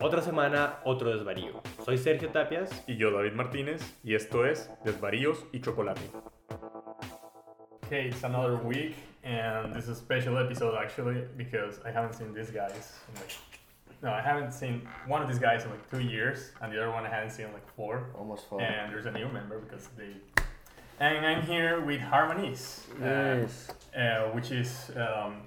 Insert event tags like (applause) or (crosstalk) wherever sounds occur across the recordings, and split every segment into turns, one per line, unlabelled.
Otra semana, otro desvarío. Soy Sergio Tapias.
Y yo, David Martínez, y esto es Desvaríos y Chocolate. Okay, it's another week, and this is a special episode actually because I haven't seen these guys. In like, no, I haven't seen one of these guys in like two years, and the other one I haven't seen in like four.
Almost full.
And there's a new member because they. And I'm here with Harmonies, uh,
Yes.
uh, which is um,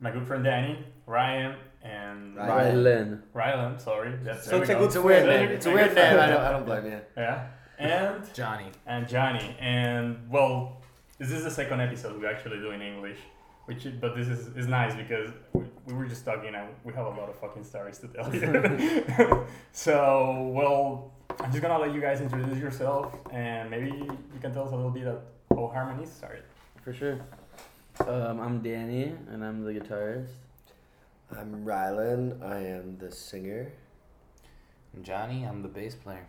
my good friend Danny, Ryan, and
Ryan.
Rylan.
Rylan. Sorry, that's
So
there
it's
we
a
go.
good, it's a weird
That's
name. It's a
my
weird
good friend.
name. I don't, I don't blame you.
Yeah. And
Johnny.
and Johnny. And well, this is the second episode we actually do in English, which is- but this is, is nice because we, we were just talking and we have a lot of fucking stories to tell you. so well, I'm just gonna let you guys introduce yourself and maybe you can tell us a little bit of how harmonies started.
For sure. Um, I'm Danny, and I'm the guitarist.
I'm Rylan. I am the singer,
I'm Johnny. I'm the bass player.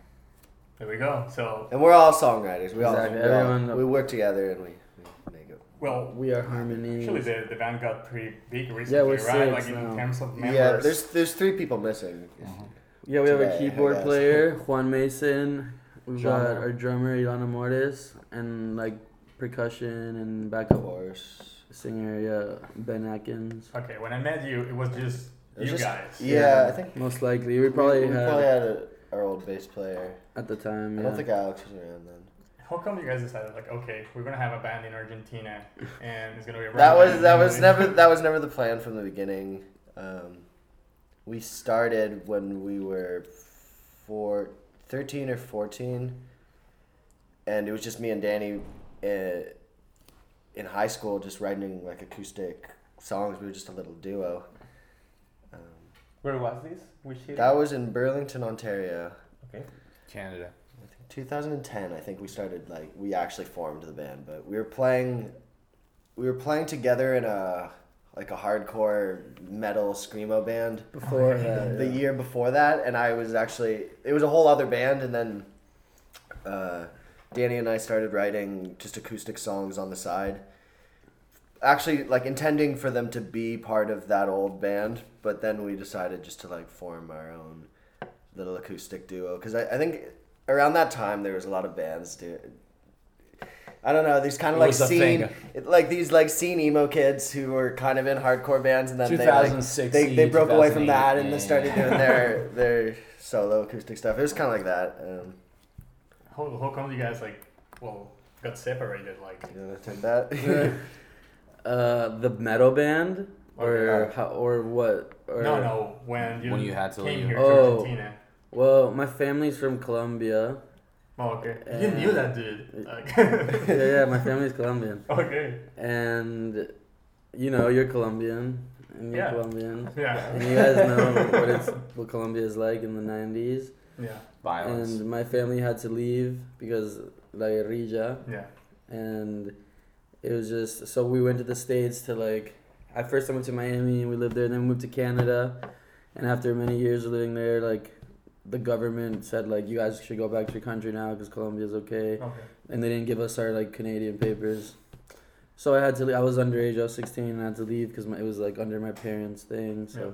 There we go. So
and we're all songwriters. We
Exactly,
all, we, all-
everyone-
we work together and we, we make it.
well.
We are harmony.
Actually, the, the band got pretty big recently,
we're
right? Like
six
in
now.
terms of members.
Yeah, there's there's three people missing.
Yeah, we have
Today,
a
I
keyboard
guess.
player, Juan Mason. We've got
Drummer.
our drummer, Ilana Mortis, and like percussion and
Of
backup
course.
singer, yeah, Ben Atkins.
Okay, when I met you, it was just
It was
you
just-
guys.
Yeah, I think
Most likely, we probably
we, we
had
probably had a, our old bass player.
at the time.
I
Yeah.
don't think Alex was around then.
How come you guys decided like, okay, we're gonna have a band in Argentina, and it's gonna be a
That
rock
was
band?
that was never that was never the plan from the beginning. Um, we started when we were four, 13 or fourteen, and it was just me and Danny uh, in high school, just writing like acoustic songs. We were just a little duo. Um,
Where was this? Which city?
that was in Burlington, Ontario.
Canada.
I think 2010 i think we started like we actually formed the band but we were playing we were playing together in a like a hardcore metal screamo band
before
the,
that.
Oh, the
Oh, yeah.
year before that and i was actually it was a whole other band and then uh, danny and i started writing just acoustic songs on the side actually like intending for them to be part of that old band but then we decided just to like form our own little acoustic duo because I, I think around that time there was a lot of bands do I don't know these kind
It
of like
was a
scene
thing.
it, like these like scene emo kids who were kind of in hardcore bands and then they like
2006,
they, they broke away from
2008,
that and then
yeah.
started
(laughs)
doing their their solo acoustic stuff it was kind of like that um,
How, how come you guys like, well, got separated? Like,
you know, like that (laughs)
Uh, the metal band, or
Okay.
how, or what? Or,
no, no, when you
When you had to
came
leave.
here to
Oh.
Argentina.
Well, my family's from Colombia.
Oh, okay.
Uh,
you knew that dude.
(laughs)
Like,
(laughs) yeah,
(laughs)
yeah, my family's Colombian.
okay.
and you know you're Colombian and you're
Yeah.
Colombian
Yeah.
and you guys know what it's what Colombia is like in the 90s
Yeah.
Violence.
and my family had to leave because La Guerrilla
Yeah.
and it was just so we went to the states to like at first I went to Miami and we lived there and then we moved to Canada and after many years of living there like the government said like you guys should go back to your country now because Colombia's okay
Okay.
and they didn't give us our like Canadian papers. So I had to. Leave. I was underage. I was sixteen. and I had to leave because it was like under my parents' thing. So
Yeah.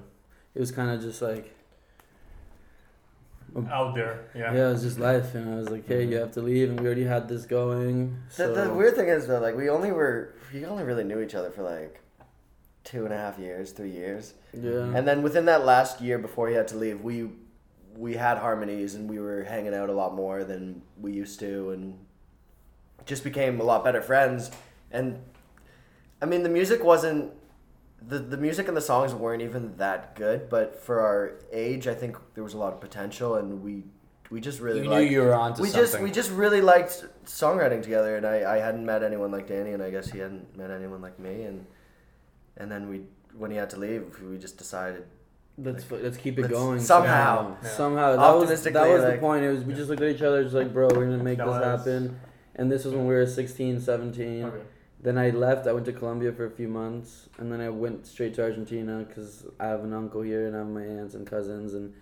it was kind of just like
Um,
Out there.
yeah.
Yeah. Mm-hmm.
it was just life, and I was like, hey, you have to leave, and we already had this going.
the,
So
the weird thing is though like we only were we only really knew each other for like two and a half years three years
Mm.
yeah,
And then within that last year before he had to leave, we we had harmonies and we were hanging out a lot more than we used to and just became a lot better friends. And I mean the music wasn't the, the music and the songs weren't even that good, but for our age I think there was a lot of potential and we we just really
you knew
liked
you were onto
we
something.
just we just really liked songwriting together, and I, I hadn't met anyone like Danny, and I guess he hadn't met anyone like me, and and then we when he had to leave, we just decided
let's fu- let's keep it
let's-
going
somehow.
Yeah.
Somehow that was that
Optimistically,
was
like-
the point. It was we just looked at each other, just like, bro, we're gonna make
That
this
was-
happen. And this was when we were 16, 17.
Okay.
Then I left. I went to Colombia for a few months, and then I went straight to Argentina because I have an uncle here and I have my aunts and cousins, and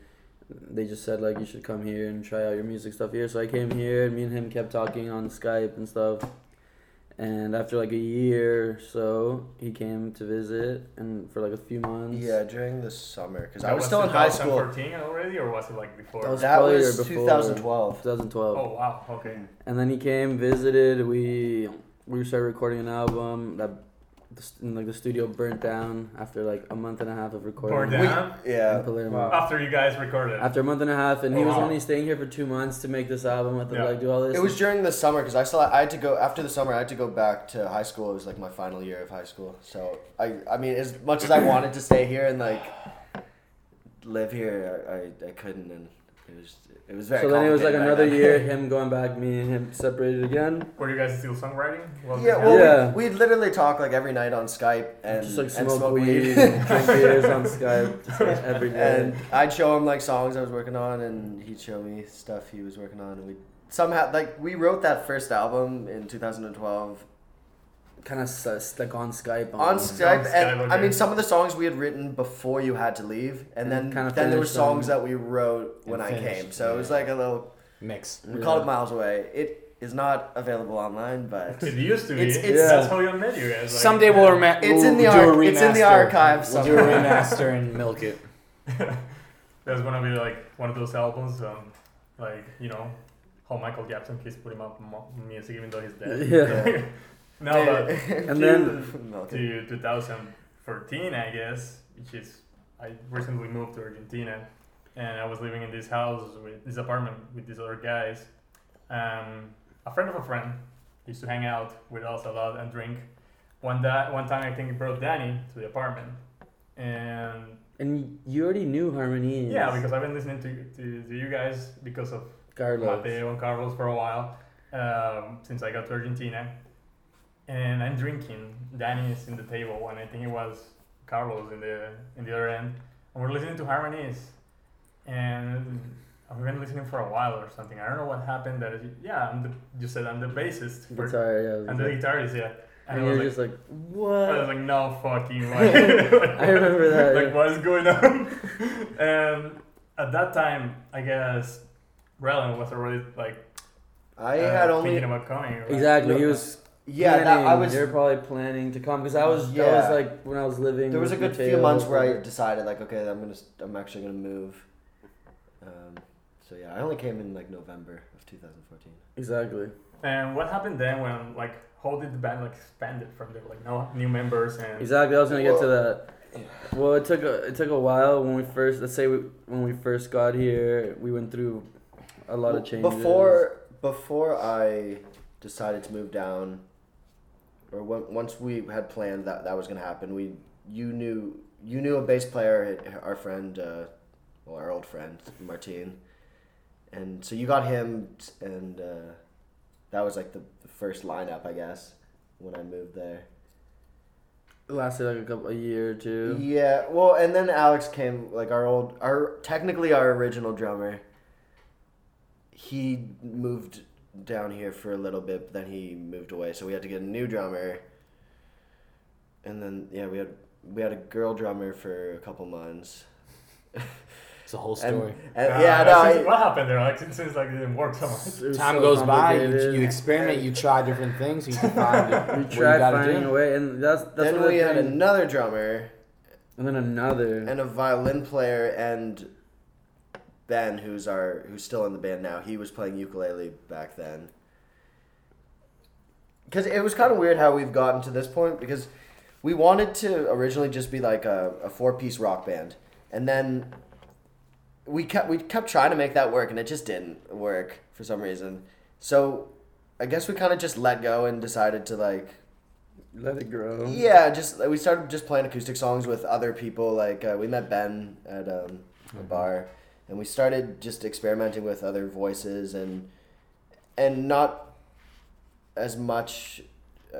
they just said like you should come here and try out your music stuff here. So I came here, and me and him kept talking on Skype and stuff, And after like a year or so, he came to visit and for like a few months.
Yeah, during the summer because I
That
was still in high school.
2014 already, or was it like before?
That was
That
probably
was
or before.
2012.
2012.
oh wow, okay.
And then he came, visited. We we started recording an album that the, st- like the studio burnt down after like a month and a half of recording.
Burned down
In
Yeah,
Palermo.
Wow.
after you guys recorded.
After a month and a half, and he
Oh,
was
wow.
only staying here for two months to make this album. With
Yeah.
like do all this.
it was during the summer because I still I had to go after the summer. I had to go back to high school. It was like my final year of high school. So I I mean, as much as I wanted to stay here and like live here, I, I, I couldn't, and it was it was very.
so then it was like
complicated
another
back (laughs)
year, him going back, me and him separated again.
Were you guys still songwriting? Well,
then. Yeah, well,
Yeah.
We, we'd literally talk like every night on Skype and
just like smoke,
and smoke
weed,
weed. (laughs)
and drink beers on Skype
(laughs)
just, like, every day.
and I'd show him like songs I was working on, and he'd show me stuff he was working on, and we somehow like we wrote that first album in 2012
kind of stuck on Skype.
on Skype,
Skype,
and I
okay.
mean some of the songs we had written before you had to leave, and,
And
then
kinda
then there were
finished them.
songs that we wrote when
And
I
finished,
came, so it was
yeah.
like a little
Mix.
we called
Yeah.
it miles away. It is not available
(laughs)
online, but
It used to be.
It's- it's-
That's
Yeah.
how you met you guys. Like,
Someday we'll rema-
It's
we'll
in the
do a
arch- it's in the
remaster.
archive
We'll do a
somewhere.
remaster and milk it.
That's gonna be like one of those albums, um, like you know, how Michael Jackson keeps putting up mo- music even though he's dead. (laughs)
Yeah.
no,
(laughs)
but
And then-
Milk it.
to 2014, I guess, which is I recently moved to Argentina, and I was living in this house with this apartment with these other guys. Um, a friend of a friend used to hang out with us a lot and drink. One da- one time, I think he brought Danny to the apartment, and
and you already knew harmonies.
yeah, because I've been listening to to, to you guys because of
Carlos.
Mateo and Carlos for a while um, since I got to Argentina. And I'm drinking. Danny is in the table, and I think it was Carlos in the in the other end. And we're listening to harmonies, and we've been listening for a while or something. I don't know what happened. That it- yeah, I'm the, you said I'm the bassist for-
Guitar, yeah.
and the guitarist, yeah. And,
and
I
you're
was like,
just like,
I was
what?
like, no fucking
(laughs)
way.
I remember that,
like,
yeah.
what is going on? (laughs) and at that time, I guess Relen was already like
I
uh,
had only
thinking about coming. Right?
Exactly. He was
yeah. That,
planning.
I was
They were probably planning to come because I was. That
Yeah.
was like when I was living.
There was a
with
good few
Mateo
months where
for-
I decided like, okay, I'm gonna, I'm actually gonna move. Um, so yeah, I only came in like November of 2014.
Exactly.
And what happened then when like how did the band like expanded from there like no new members and
Exactly. I was gonna get to that. Well, it took a, it took a while when we first. Let's say we, when we first got here, we went through a lot of changes.
Before before I decided to move down, or when, once we had planned that that was gonna happen, we you knew you knew a bass player, our friend, uh, well, our old friend Martin, and so you got him, and uh, that was like the, the first lineup, I guess, when I moved there.
it lasted like a couple a year or two.
Yeah, well, and then Alex came, like our old, our technically our original drummer. He moved down here for a little bit, but then he moved away, so we had to get a new drummer. And then yeah, we had we had a girl drummer for a couple months.
It's a whole
And,
story.
and-
Uh,
yeah, no,
since-
I,
what happened there like since since, like it didn't work so
(laughs)
much.
It was
Time
so
goes by, you,
complicated.
you experiment, you try different things, you can find it.
We
what you
tried
gotta
finding a
do.
way, and that's that's
then
what
we
I
had
think.
another drummer
and then another.
and a violin player and Ben, who's our who's still in the band now. He was playing ukulele back then. Because it was kind of weird how we've gotten to this point because we wanted to originally just be like a, a four piece rock band, and then we kept we kept trying to make that work, and it just didn't work for some reason. So I guess we kind of just let go and decided to like
let it grow.
yeah, just like, we started just playing acoustic songs with other people. Like uh, we met Ben at um, a bar, and we started just experimenting with other voices and and not as much uh,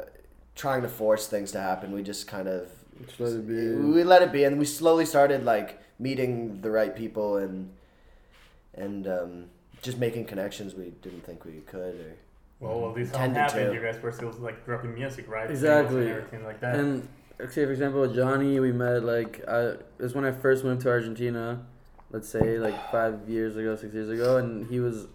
trying to force things to happen. We just kind of
Just let it be.
we let it be, and we slowly started like meeting the right people and and um, just making connections we didn't think we could. Or
Well, well this all
Tended
happened.
to.
You guys were still like dropping music, right?
Exactly.
And everything like that.
And like, say for example, Johnny, we met like I was when I first moved to Argentina, let's say like five years ago, six years ago, and he was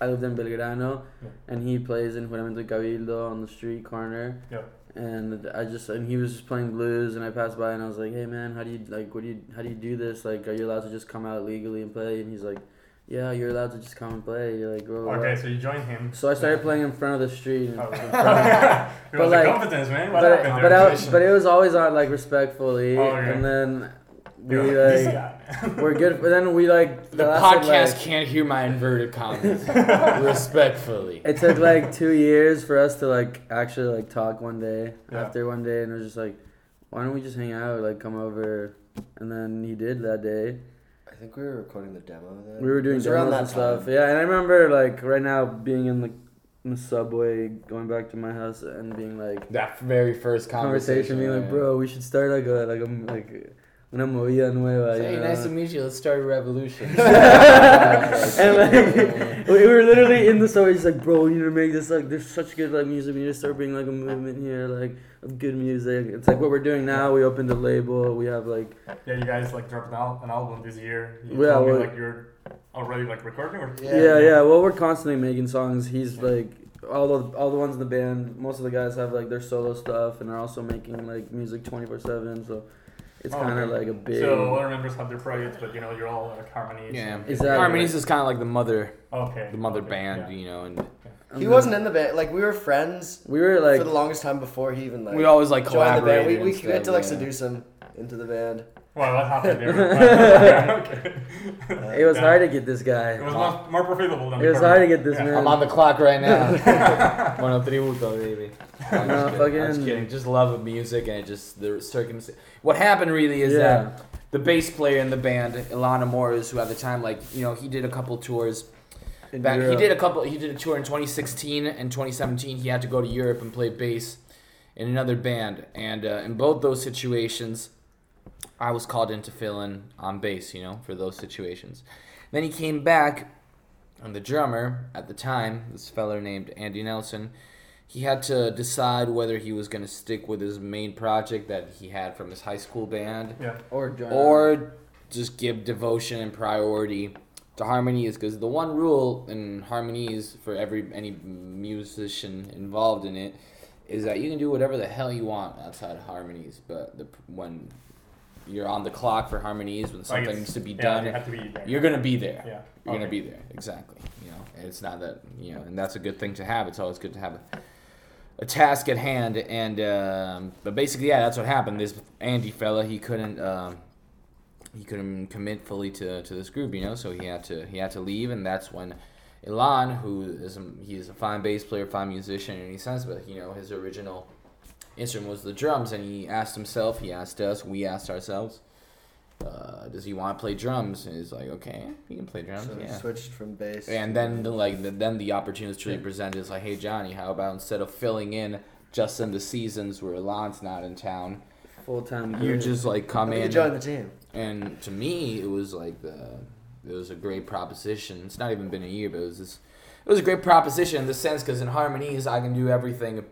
I lived in Belgrano,
Yeah.
and he plays in Juramento Cabildo on the street corner.
Yeah.
And I just and he was just playing blues, and I passed by and I was like, "Hey man, how do you like? What do you? How do you do this? Like, are you allowed to just come out legally and play?" And he's like, "Yeah, you're allowed to just come and play." You're like, "Bro."
Okay,
what?"
so you joined
(laughs)
him.
So I started playing in front of the street. (laughs) And,
Oh,
in
okay. (laughs)
front of-
it was
like-
a competence, man. What
but,
happened
but,
there?
I, but it was always on like respectfully,
Oh, okay.
and then we
You're like,
like.
this guy.
We're good. But then we like
The
lasted,
podcast
like-
can't hear my inverted commas. Respectfully.
it took like two years for us to like actually like talk one day
Yeah.
after one day, and it was just like, why don't we just hang out? Like come over, and then he did that day.
I think we were recording the demo. Then.
We were
It
doing
was around
demos
that
and stuff.
time.
Yeah, and I remember like right now being in the, in the subway, going back to my house, and being like
That very first
conversation,
conversation.
being like,
yeah.
bro, we should start like a like a like una movida nueva. you
Hey,
know?
nice to meet you. Let's start a (laughs) revolution.
and like we were literally in the subway, just like, bro, we need to make this like. There's such good like music. We need to start bringing like a movement here, like of good music. It's like what we're doing now. We opened a label. We have like
(laughs) yeah, you guys like dropped an, al- an album this year. You
Yeah,
told me
well-
like you're already like recording or
yeah, yeah. Well, we're constantly making songs. He's like all the all the ones in the band. Most of the guys have like their solo stuff and are also making like music 24 seven. So it's
Oh,
kind of
okay.
like a big.
So uh, all our members have their projects, but you know you're all like harmonies.
yeah.
Exactly.
Harmonies is kind of like the mother,
Okay.
the mother
okay,
band,
yeah.
you know, and
He wasn't in the band. Like we were friends
We were like
for the longest time before he even like
we always like
joined the
collaborate.
band. We, we had to like seduce him into the band.
Well, what happened there? (laughs)
(laughs)
okay.
It was
Yeah.
hard to get this guy.
It was more, more profitable than
It was
recording.
hard to get this
Yeah.
man.
I'm on the clock right now. (laughs) Bueno, tributo, baby. I'm just kidding. I'm
No,
just
fucking-
kidding. Just love of music and just the circumstance. What happened really is
Yeah.
that the bass player in the band, Ilana Morris, who at the time, like, you know, he did a couple tours.
In
Back, he
Europe.
did a couple. He did a tour in 2016 and 2017. He had to go to Europe and play bass in another band, and uh, in both those situations, I was called in to fill in on bass. You know, for those situations. Then he came back, and the drummer at the time, this feller named Andy Nelson, he had to decide whether he was going to stick with his main project that he had from his high school band
Yeah.
or join
Uh,
or just give devotion and priority to harmonies because the one rule in harmonies for every any musician involved in it is that you can do whatever the hell you want outside of harmonies but the, when you're on the clock for harmonies when
Like
something
it's-
needs to be
yeah,
done
You have to be there.
you're gonna be there
yeah.
you're gonna
okay.
be there exactly you know and it's not that you know and that's a good thing to have it's always good to have a, a task at hand and um, but basically yeah that's what happened this andy fella he couldn't um, he couldn't commit fully to, to this group you know so he had to he had to leave and that's when Ilan, who is a, he is a fine bass player, fine musician in any sense, but you know his original instrument was the drums, and he asked himself, he asked us, we asked ourselves, uh, does he want to play drums? And he's like, okay, he can play drums,
So we
yeah.
switched from bass.
And then the, like the, then the opportunity presented is like, hey Johnny, how about instead of filling in just in the seasons where Elon's not in town,
full time.
you just like come
he
in
joined the team.
and to me, it was like the it was a great proposition. It's not even been a year, but it was this, it was a great proposition in the sense because in harmonies, I can do everything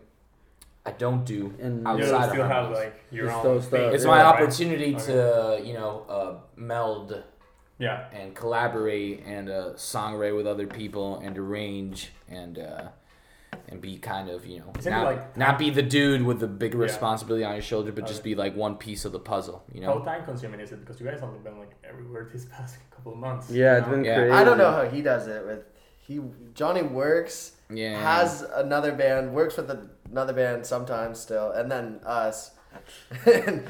I don't do.
and
I
You
was
still
outside of
have
harmonies.
like your
It's
own.
those stuff,
thing,
It's my
Oh, right? Oh,
opportunity to you know uh, meld
Yeah.
and collaborate and uh, songwrite with other people and arrange and. Uh, and be kind of you know
Isn't it
not,
like-
not be the dude with the big
Yeah.
responsibility on your shoulder, but just
Okay.
be like one piece of the puzzle. You
How
know,
time consuming is it? Because you guys have been like everywhere these (laughs) past couple of months.
yeah, it's
you know?
been
Yeah.
crazy.
I don't know how he does it with he Johnny works
yeah.
has another band works with another band sometimes still and then us (laughs) and,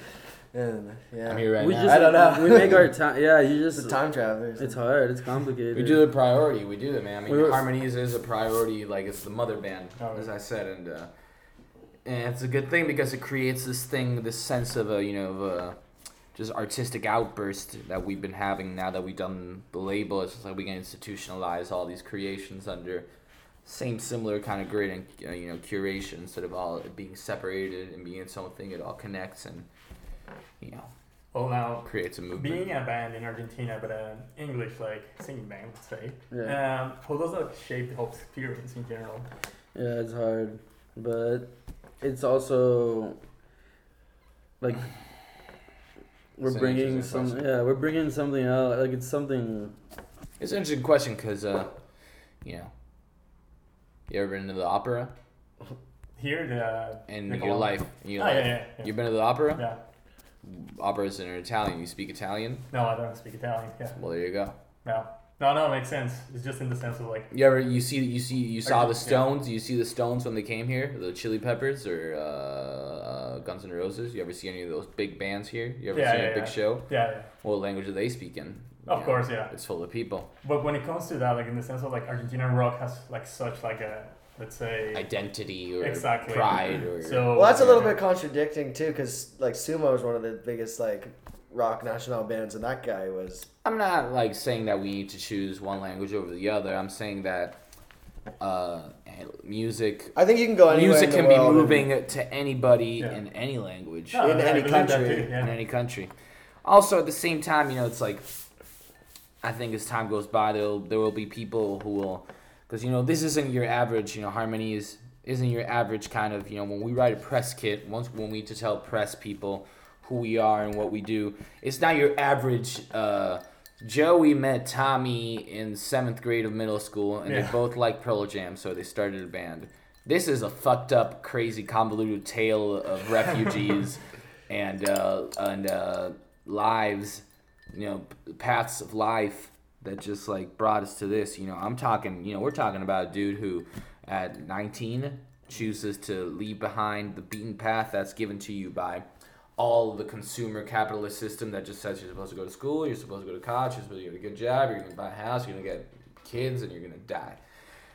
and yeah
I'm here right
we
now.
just
I don't know.
we make our time. Yeah, you
It's
just
the time travelers
it's hard. It's complicated.
We do the priority. We do it, man. I mean,
We were-
harmonies is a priority. Like it's the mother band,
Oh,
as
yeah.
I said, and uh, and it's a good thing because it creates this thing, this sense of a you know of a just artistic outburst that we've been having now that we've done the label. It's just like we can institutionalize all these creations under same similar kind of grid and uh, you know curation instead of all it being separated and being its own thing. It all connects and you know
Well, Oh, now
creates a movement.
being a band in Argentina, but an English like singing band, let's say.
yeah.
Um, how does that shape the whole experience in general?
yeah, it's hard, but it's also like we're
It's an
bringing
interesting
some.
question.
Yeah, we're bringing something out. Like it's something.
It's an interesting question because, uh, you know, You ever been to the opera
Here, the
in
the
your
Colombo.
life? Your
Oh,
life?
yeah, yeah, yeah.
You've been to the opera?
Yeah.
Operas in Italian. You speak Italian?
No, I don't speak Italian. Yeah.
Well, there you go.
No. No, no, it makes sense. It's just in the sense of like,
You ever you see you see you saw
yeah.
the Stones? You see the Stones when they came here, the Chili Peppers or uh, uh, Guns N' Roses. You ever see any of those big bands here? You ever
Yeah,
see
yeah,
a big
yeah.
show?
yeah, yeah.
What language do they speak in?
Of
You know,
course, yeah.
It's full of people.
But when it comes to that, like in the sense of like Argentinian rock has like such like a let's say
Identity or
Exactly.
pride or
so.
Well, that's a little bit contradicting too, because like Sumo is one of the biggest like rock national bands, and that guy was
I'm not like saying that we need to choose one language over the other. I'm saying that uh, music
I think you can go anywhere.
music
in the
can be
world and-
moving to anybody
Yeah.
in any language.
No,
in
I
any
believe that
country.
too,
in
(laughs) Yeah.
any country. Also, at the same time, you know, it's like I think as time goes by, there will there will be people who will, because you know, this isn't your average. You know, harmony is isn't your average kind of. You know, when we write a press kit, once when we to tell press people who we are and what we do, it's not your average. Uh, Joey met Tommy in seventh grade of middle school, and
Yeah.
they both liked Pearl Jam, so they started a band. This is a fucked up, crazy, convoluted tale of refugees and uh, and uh, lives, you know, p- paths of life that just like brought us to this. You know, I'm talking. You know, we're talking about a dude who, at 19, chooses to leave behind the beaten path that's given to you by all the consumer capitalist system that just says you're supposed to go to school, you're supposed to go to college, you're supposed to get a good job, you're gonna buy a house, you're gonna get kids, and you're gonna die.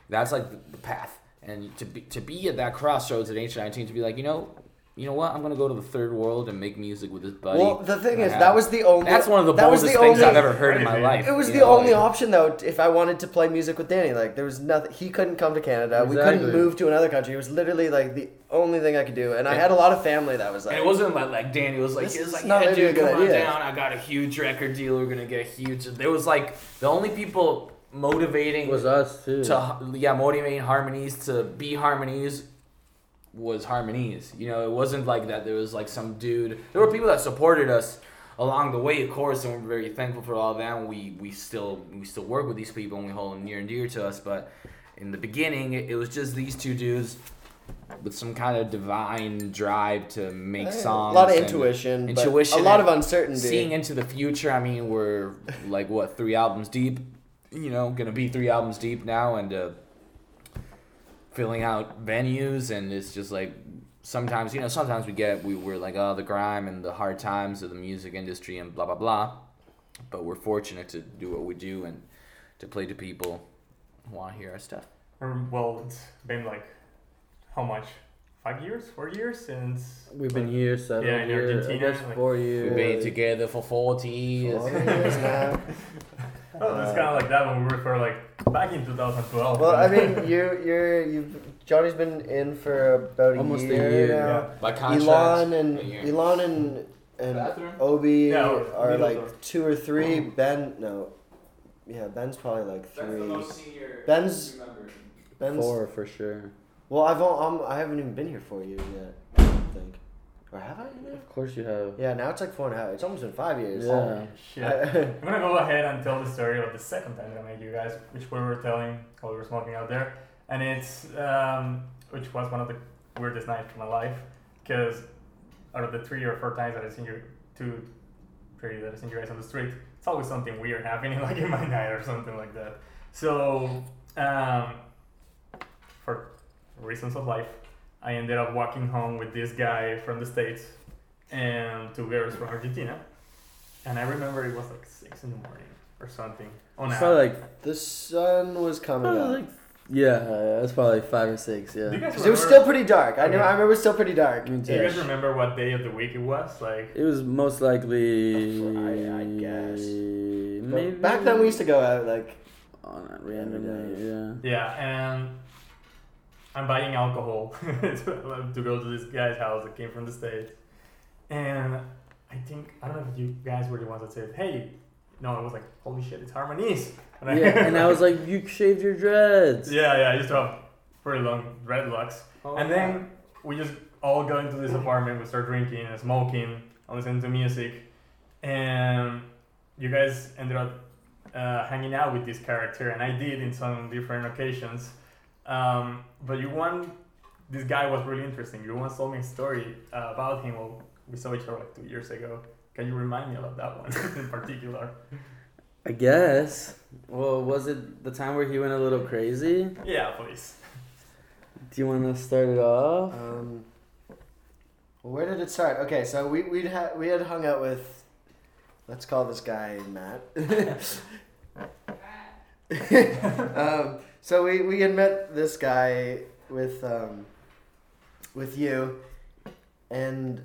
That's like the, the path. And to be to be at that crossroads at age 19, to be like, you know, you know what? I'm gonna go to the third world and make music with this buddy.
Well, the thing
that I
is,
have."
that was the only.
that's one of the
that was
boldest things
only-
I've ever heard in my
Anything.
life.
It was
you
the
know,
only
like-
option though. If I wanted to play music with Danny, like there was nothing. He couldn't come to Canada. We couldn't
Exactly.
move to another country. It was literally like the only thing I could do, and I had a lot of family that was like.
And it wasn't like, like Danny was like,
This
he was
is
like,
not
yeah,
maybe a
dude,
good
come on
idea."
down. I got a huge record deal. We're gonna get a huge. There was like the only people motivating
It was us too.
to yeah motivating harmonies to be harmonies was harmonies you know it wasn't like that there was like some dude there were people that supported us along the way of course and we're very thankful for all that we we still we still work with these people and we hold them near and dear to us but in the beginning it was just these two dudes with some kind of divine drive to make
eh,
songs
a lot of
and
intuition, but
intuition
a lot
and
of uncertainty.
seeing into the future i mean we're like what three albums deep you know gonna be three albums deep now and uh filling out venues and it's just like sometimes you know sometimes we get we were like oh the grime and the hard times of the music industry and blah blah blah but we're fortunate to do what we do and to play to people who want to hear our stuff
Or, well, it's been like how much? Five years? Four years since?
We've been here seven
Yeah, in
years, I
Argentina,
guess
like-
four
we've
years.
been together for 40 years
Well, years now.
Oh, it's
Uh,
kind of like that when we were for like back in 2012.
Well, I mean, you, you're, you, Johnny's been in for about a
Almost a
year,
year,
now.
yeah.
by contrast
Elon and
a year.
Elon and and
Bathroom?
Obi
Yeah, or
are
middle
like
door.
two or three. Ben, no, yeah, Ben's probably like three. Ben's- Ben's
Four for sure.
Well, I've all, I'm, I haven't even been here four years yet. I don't think, or have I? Now?
Of course you have.
Yeah, now it's like four and a half. It's almost been five years.
Yeah.
(laughs) Shit. I'm gonna go ahead and tell the story of the second time that I met you guys, which we were telling while we were smoking out there, and it's um, which was one of the weirdest nights of my life, because out of the three or four times that I've seen you, two, three that I've seen you guys on the street, it's always something weird happening, (laughs) like in my night or something like that. So, um, for reasons of life, I ended up walking home with this guy from the states and two girls from Argentina. And I remember it was like six in the morning or something. On
It's
a-
probably
(laughs)
like,
The sun was coming
probably
up.
like yeah, yeah, it's probably like five or six.
do you
Yeah.
guys
uh, 'Cause it was
remember-
still pretty dark. I
Okay.
know. I remember it was still pretty dark.
Me too.
Do you
Yeah.
guys remember what day of the week it was? Like,
It was most likely.
Friday, I guess. But
Maybe
Back then, we used to go out like
on a randomly. Yeah.
yeah, and I'm buying alcohol (laughs) to, to go to this guy's house that came from the States. And I think, I don't know if you guys were the ones that said, hey, no, I was like, holy shit, it's Harmonies. (laughs)
Yeah, and I was like, you shaved your dreads.
yeah, yeah, I used to have pretty long dreadlocks. and then we just all go into this apartment, we start drinking and smoking, and listening to music, and you guys ended up uh, hanging out with this character, and I did in some different occasions. Um, but you one, this guy was really interesting. You once told me a story uh, about him. Well, we saw each other like two years ago. Can you remind me about that one (laughs) in particular?
I guess. Well, was it the time where he went a little crazy? Do
Yeah, please.
you want to start it off?
Um, well, where did it start? Okay, so we we'd ha- we had hung out with, let's call this guy Matt. (laughs) um, so we we had met this guy with um, with you, and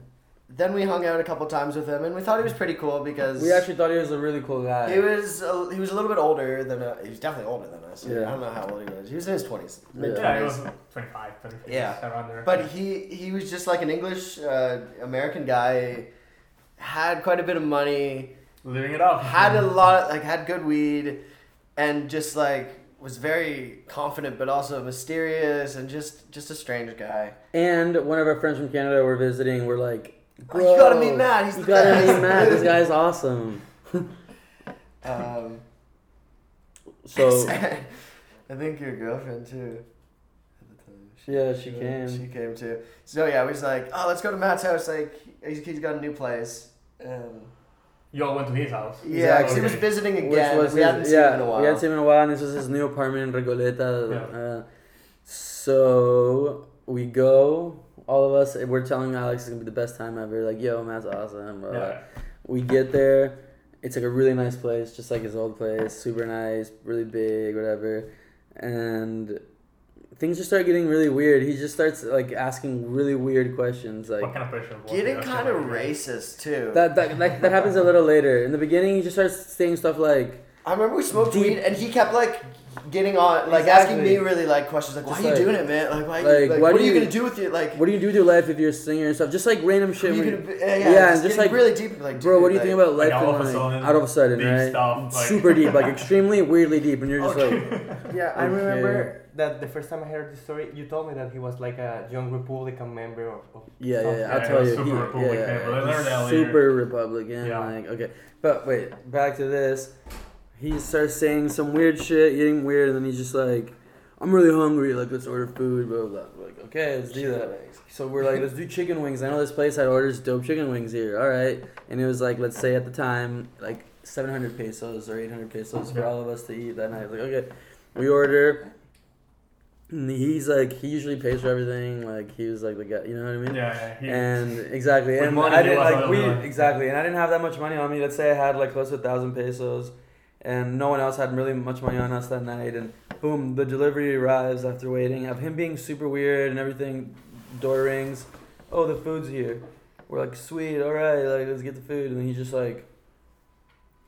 then we hung out a couple times with him, and we thought he was pretty cool because
We actually thought he was a really cool guy.
He was a, he was a little bit older than uh, he was definitely older than us.
Yeah.
I don't know how old he was. He was in his twenties,
Yeah.
mid
Yeah, it
twenties.
was 25, 26,
Yeah.
around there.
But he he was just like an English uh, American guy, had quite a bit of money,
living it up.
had a lot like had good weed, and just like was very confident but also mysterious and just just a strange guy.
And one of our friends from Canada were visiting. We're like,
Oh,
Bro,
you gotta meet Matt. He's
You
the
gotta
best."
meet
(laughs)
Matt. This guy's awesome.
Um,
So
(laughs) I think your girlfriend too. At the time.
yeah, she
She
came.
came too. So yeah, we was like, oh, let's go to Matt's house. Like he's, he's got a new place. Um,
You all went to his house.
yeah, 'cause he
Okay.
was visiting
Which
again.
was
we
his-
hadn't seen
yeah,
him in a while.
we hadn't seen him in a while, and this was his new apartment in Recoleta.
Yeah.
Uh, so we go, all of us. and We're telling Alex it's gonna be the best time ever. Like, yo, Matt's awesome, bro.
Yeah.
We get there. It's like a really nice place, just like his old place. Super nice, really big, whatever. And things just start getting really weird. He just starts like asking really weird questions, like
What kind of pressure? was
Getting
that?
kind of racist too.
that. That, that, that happens a little later. In the beginning, he just starts saying stuff like,
I remember we smoked
Deep-
weed, and he kept like getting on, like asking me
Exactly.
really like questions, like, "Why
Just
are you
like-
doing it, man? Like, why?
like,
like,
why
what
do
are you,
you-
gonna do with it? Like,
"What do you do with your life if you're a singer and stuff?" Just like random
what
shit.
are you
where-
gonna? Be, yeah,
yeah,
yeah,
and
just
just
like
like,
really deep, like,
Bro,
dude,
what do you
like,
think about life
Like, all
and,
of a
like,
sudden,
out of a sudden,
deep
right?
stuff, like-
Super
(laughs)
deep, like extremely weirdly deep, and you're just like, (laughs)
Yeah, I
Okay.
remember that the first time I heard the story, you told me that he was like a young Republican member of. of
yeah, yeah,
something.
yeah I'll
Yeah,
tell you,
super
he-
Republican,
yeah,
but I learned that later.
super Republican,
Yeah.
like okay. But wait, back to this. He starts saying some weird shit, getting weird, and then he's just like, "I'm really hungry. Like, let's order food." Blah blah. blah. Like, okay, let's do that. So we're like, let's do chicken wings. I know this place that orders dope chicken wings here. All right. And it was like, let's say at the time, like 700 pesos or 800 pesos for all of us to eat that night. Like, okay. We order. And he's like, he usually pays for everything. Like, he was like the guy, you know what I mean?
Yeah, yeah. he-
And exactly,
With
and
money,
I
he
didn't
was
like
on
we
the line.
exactly, and I didn't have that much money on me. Let's say I had like close to a thousand pesos, and no one else had really much money on us that night. And boom, the delivery arrives after waiting. Of him being super weird and everything, door rings. Oh, the food's here. We're like, sweet, all right, like let's get the food. And then he just like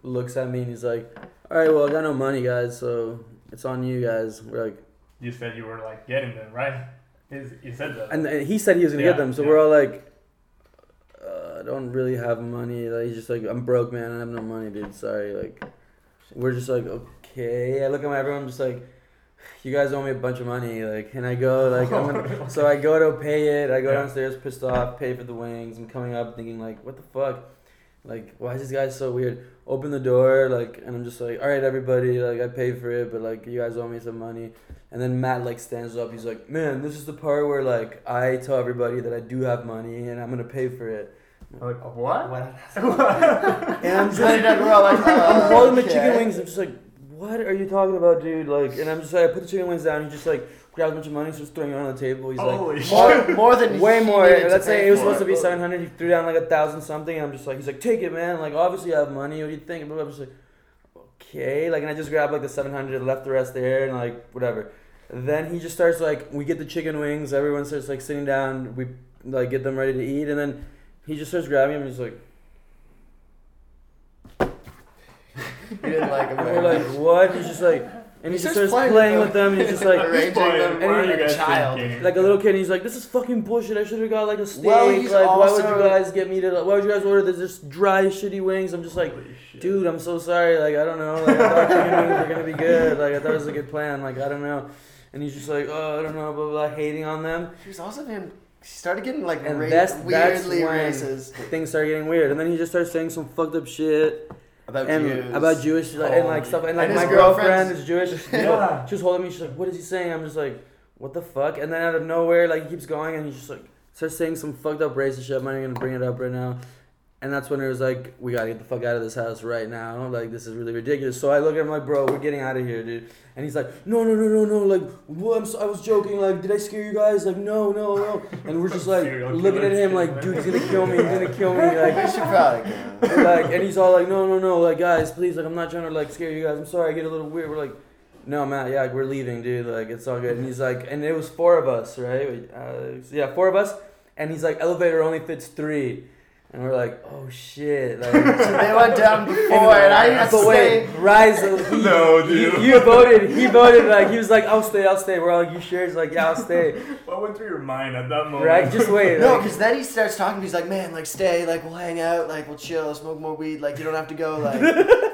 looks at me and he's like, all right, well I got no money, guys, so it's on you guys. We're like,
You said you were like getting them, right? He's- He said that.
and, and he said he was gonna
Yeah,
get them, so
yeah.
we're all like, uh, "I don't really have money." Like he's just like, "I'm broke, man. I have no money, dude. Sorry." Like, we're just like, "Okay." I look at my everyone, just like, "You guys owe me a bunch of money." Like, and I go like, I'm gonna, so I go to pay it. I go
Yeah.
downstairs, pissed off, pay for the wings. I'm coming up, thinking like, "What the fuck." Like, why is this guy so weird? Open the door, like, and I'm just like, all right, everybody, like, I paid for it, but like, you guys owe me some money. And then Matt like stands up. He's like, "Man, this is the part where like I tell everybody that I do have money and I'm gonna pay for it."
I'm like, what? (laughs)
What?
And I'm
And
just like,
then we're all like,
(laughs) I'm
uh,
holding
okay.
the chicken
(laughs)
wings. I'm just like, "What are you talking about, dude?" Like, and I'm just like, I put the chicken wings down. He just like grabs a bunch of money, starts throwing it on the table. He's like,
Holy shit.
More, more than
way
Oh, he
more.
needed to
Let's say
pay
it was
for
supposed to be
it.
700. He threw down like a thousand something, and I'm just like, he's like, take it, man. Like, obviously I have money. What do you think? And I'm just like, okay. Like, and I just grabbed like the 700, left the rest there, and like whatever. Then he just starts like, we get the chicken wings. Everyone starts like sitting down. We like get them ready to eat, and then he just starts grabbing them. And he's like,
You didn't like him.
(laughs) and we're like, what? He's just like, and he, just starts playing, with them. And he's just like.
arranging
Boy,
them
why are
like
you
a
guys
child.
thinking?
(laughs) Like a little kid, and he's like, "This is fucking bullshit. I should have got like a steak.
Well, he's
like, why would
also-
you guys get me to? Why would you guys order this just dry, shitty wings?" I'm just like,
Holy shit.
dude, I'm so sorry. Like, I don't know. Like, I thought chicken wings were gonna be good. Like, I thought it was a good plan. Like, I don't know. And he's just like, oh, I don't know, blah blah, blah hating on them.
He was also being. He started getting like
And
ra-
that's- that's
weirdly
when-
racist
Things start getting weird, and then he just starts saying some fucked up shit
about
and
Jews.
about Jewish like, and like stuff. And like
And
my
his
girlfriend
(laughs) girlfriend's-
is Jewish.
Yeah.
She was holding me. She's like, what is he saying? I'm just like, what the fuck? And then out of nowhere, like he keeps going and he's just like starts saying some fucked up racist shit. I'm not even gonna bring it up right now. And that's when it was like, we gotta get the fuck out of this house right now. Like this is really ridiculous. So I look at him like, bro, we're getting out of here, dude. And he's like, no, no, no, no, no. Like, wha- I'm so, I was joking. Like, did I scare you guys? Like, no, no, no. And we're just
(laughs)
like
Serial
looking at
killer.
him like, dude, he's gonna kill me. He's
(laughs)
gonna kill me.
(laughs)
Like,
I should probably go. (laughs)
like, and he's all like, no, no, no, like, guys, please, like, I'm not trying to like scare you guys. I'm sorry, I get a little weird. We're like, no, Matt, yeah, like, we're leaving, dude. Like, it's all good. And he's like, and it was four of us, right? Uh, yeah, four of us. And he's like, elevator only fits three. And we're like, oh shit, like.
(laughs) So
(laughs)
they went down before, and I had to
but wait,
stay.
Rise. He,
No, dude.
You, you voted. He voted. Like he was like, "I'll stay. I'll stay." We're all like, "You sure?" He's like, "Yeah, I'll stay."
(laughs) What went through your mind at that moment?
Right? Just wait.
No,
like-
because then he starts talking. He's like, "Man, like stay, like we'll hang out, like we'll chill, smoke more weed, like you don't have to go." (laughs) Like,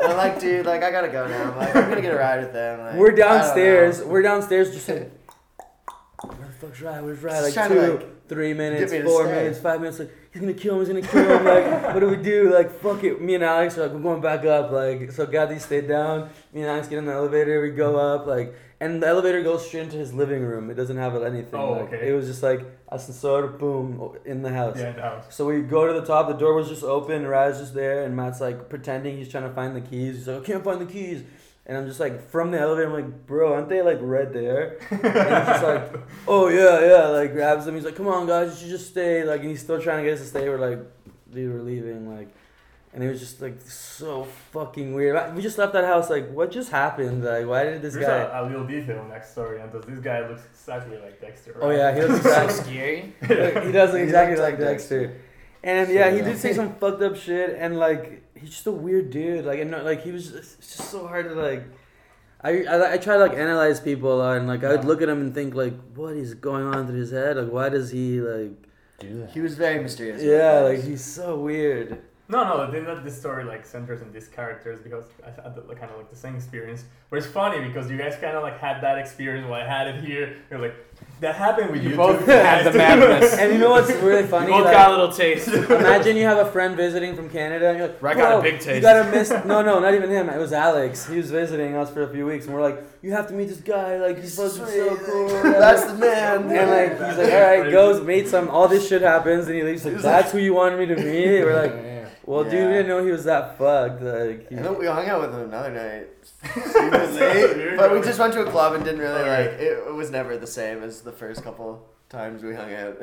I'm like, dude, like I gotta go now. Like, I'm gonna get a ride with them. Like,
We're
I don't know.
downstairs. We're downstairs just like, where the fuck's Ryan? Where's Ryan?
Just
Like
trying to,
two, three minutes,
me to
four
stay.
minutes, five minutes. Like he's gonna kill him. He's gonna kill him. Like what do we do? Like fuck it. Me and Alex are like we're going back up. Like so, Gaddy stayed down. Me and Alex get in the elevator. We go up. Like and the elevator goes straight into his living room. It doesn't have anything.
Oh,
like,
okay.
It was just like ascensor, boom, in the
(laughs)
house.
Yeah, that was.
So we go to the top. The door was just open. Raz just there, and Matt's like pretending he's trying to find the keys. He's like, I can't find the keys. And I'm just like from the elevator. I'm like, bro, aren't they like right there? And he's just like, (laughs) oh yeah, yeah. Like grabs them. He's like, come on guys, you should just stay. Like, and he's still trying to get us to stay. We're like, dude, we're leaving. Like, and it was just like so fucking weird. We just left that house. Like, what just happened? Like, why did this
There's
guy?
a, a little detail in that story, and this guy looks exactly like Dexter.
Oh yeah,
(laughs)
he was
so
exactly.
scary.
Like, (laughs) he doesn't
He
exactly
looked
like
like Dexter.
Dexter. And
So,
yeah, he
yeah.
did say some fucked up shit, and like he's just a weird dude. Like and like he was just, it's just so hard to like. I, I, I try to like analyze people a lot, and like I would
Yeah.
look at him and think like, what is going on through his head? Like, why does he like?
Do
He was very mysterious.
Yeah, like he's so weird.
No, no, the thing that this story like centers on these characters because I had the, kind of like the same experience. But it's funny because you guys kind of like had that experience while I had it here. You're like, that happened with you,
You both
two
(laughs) had
guys."
the
(laughs)
madness.
And you know what's really
You
funny?
both
Like,
got a little taste.
imagine you have a friend visiting from Canada, and you're like,
I got a
"Bro,
big
You
taste."
gotta miss. (laughs) No, no, not even him. It was Alex. He was visiting us for a few weeks, and we're like, you have to meet this guy. Like he's supposed to be so cool.
That's the man.
And like he's like, all right, goes, meets him. All this shit happens, and he leaves. Like, that's who you wanted me to meet. We're like, well, dude, we didn't know he was that fucked. Like, he,
And then we hung out with him another (laughs) night. It was late, but we just went to a club and didn't really like. It, it was never the same as the first couple times we hung out.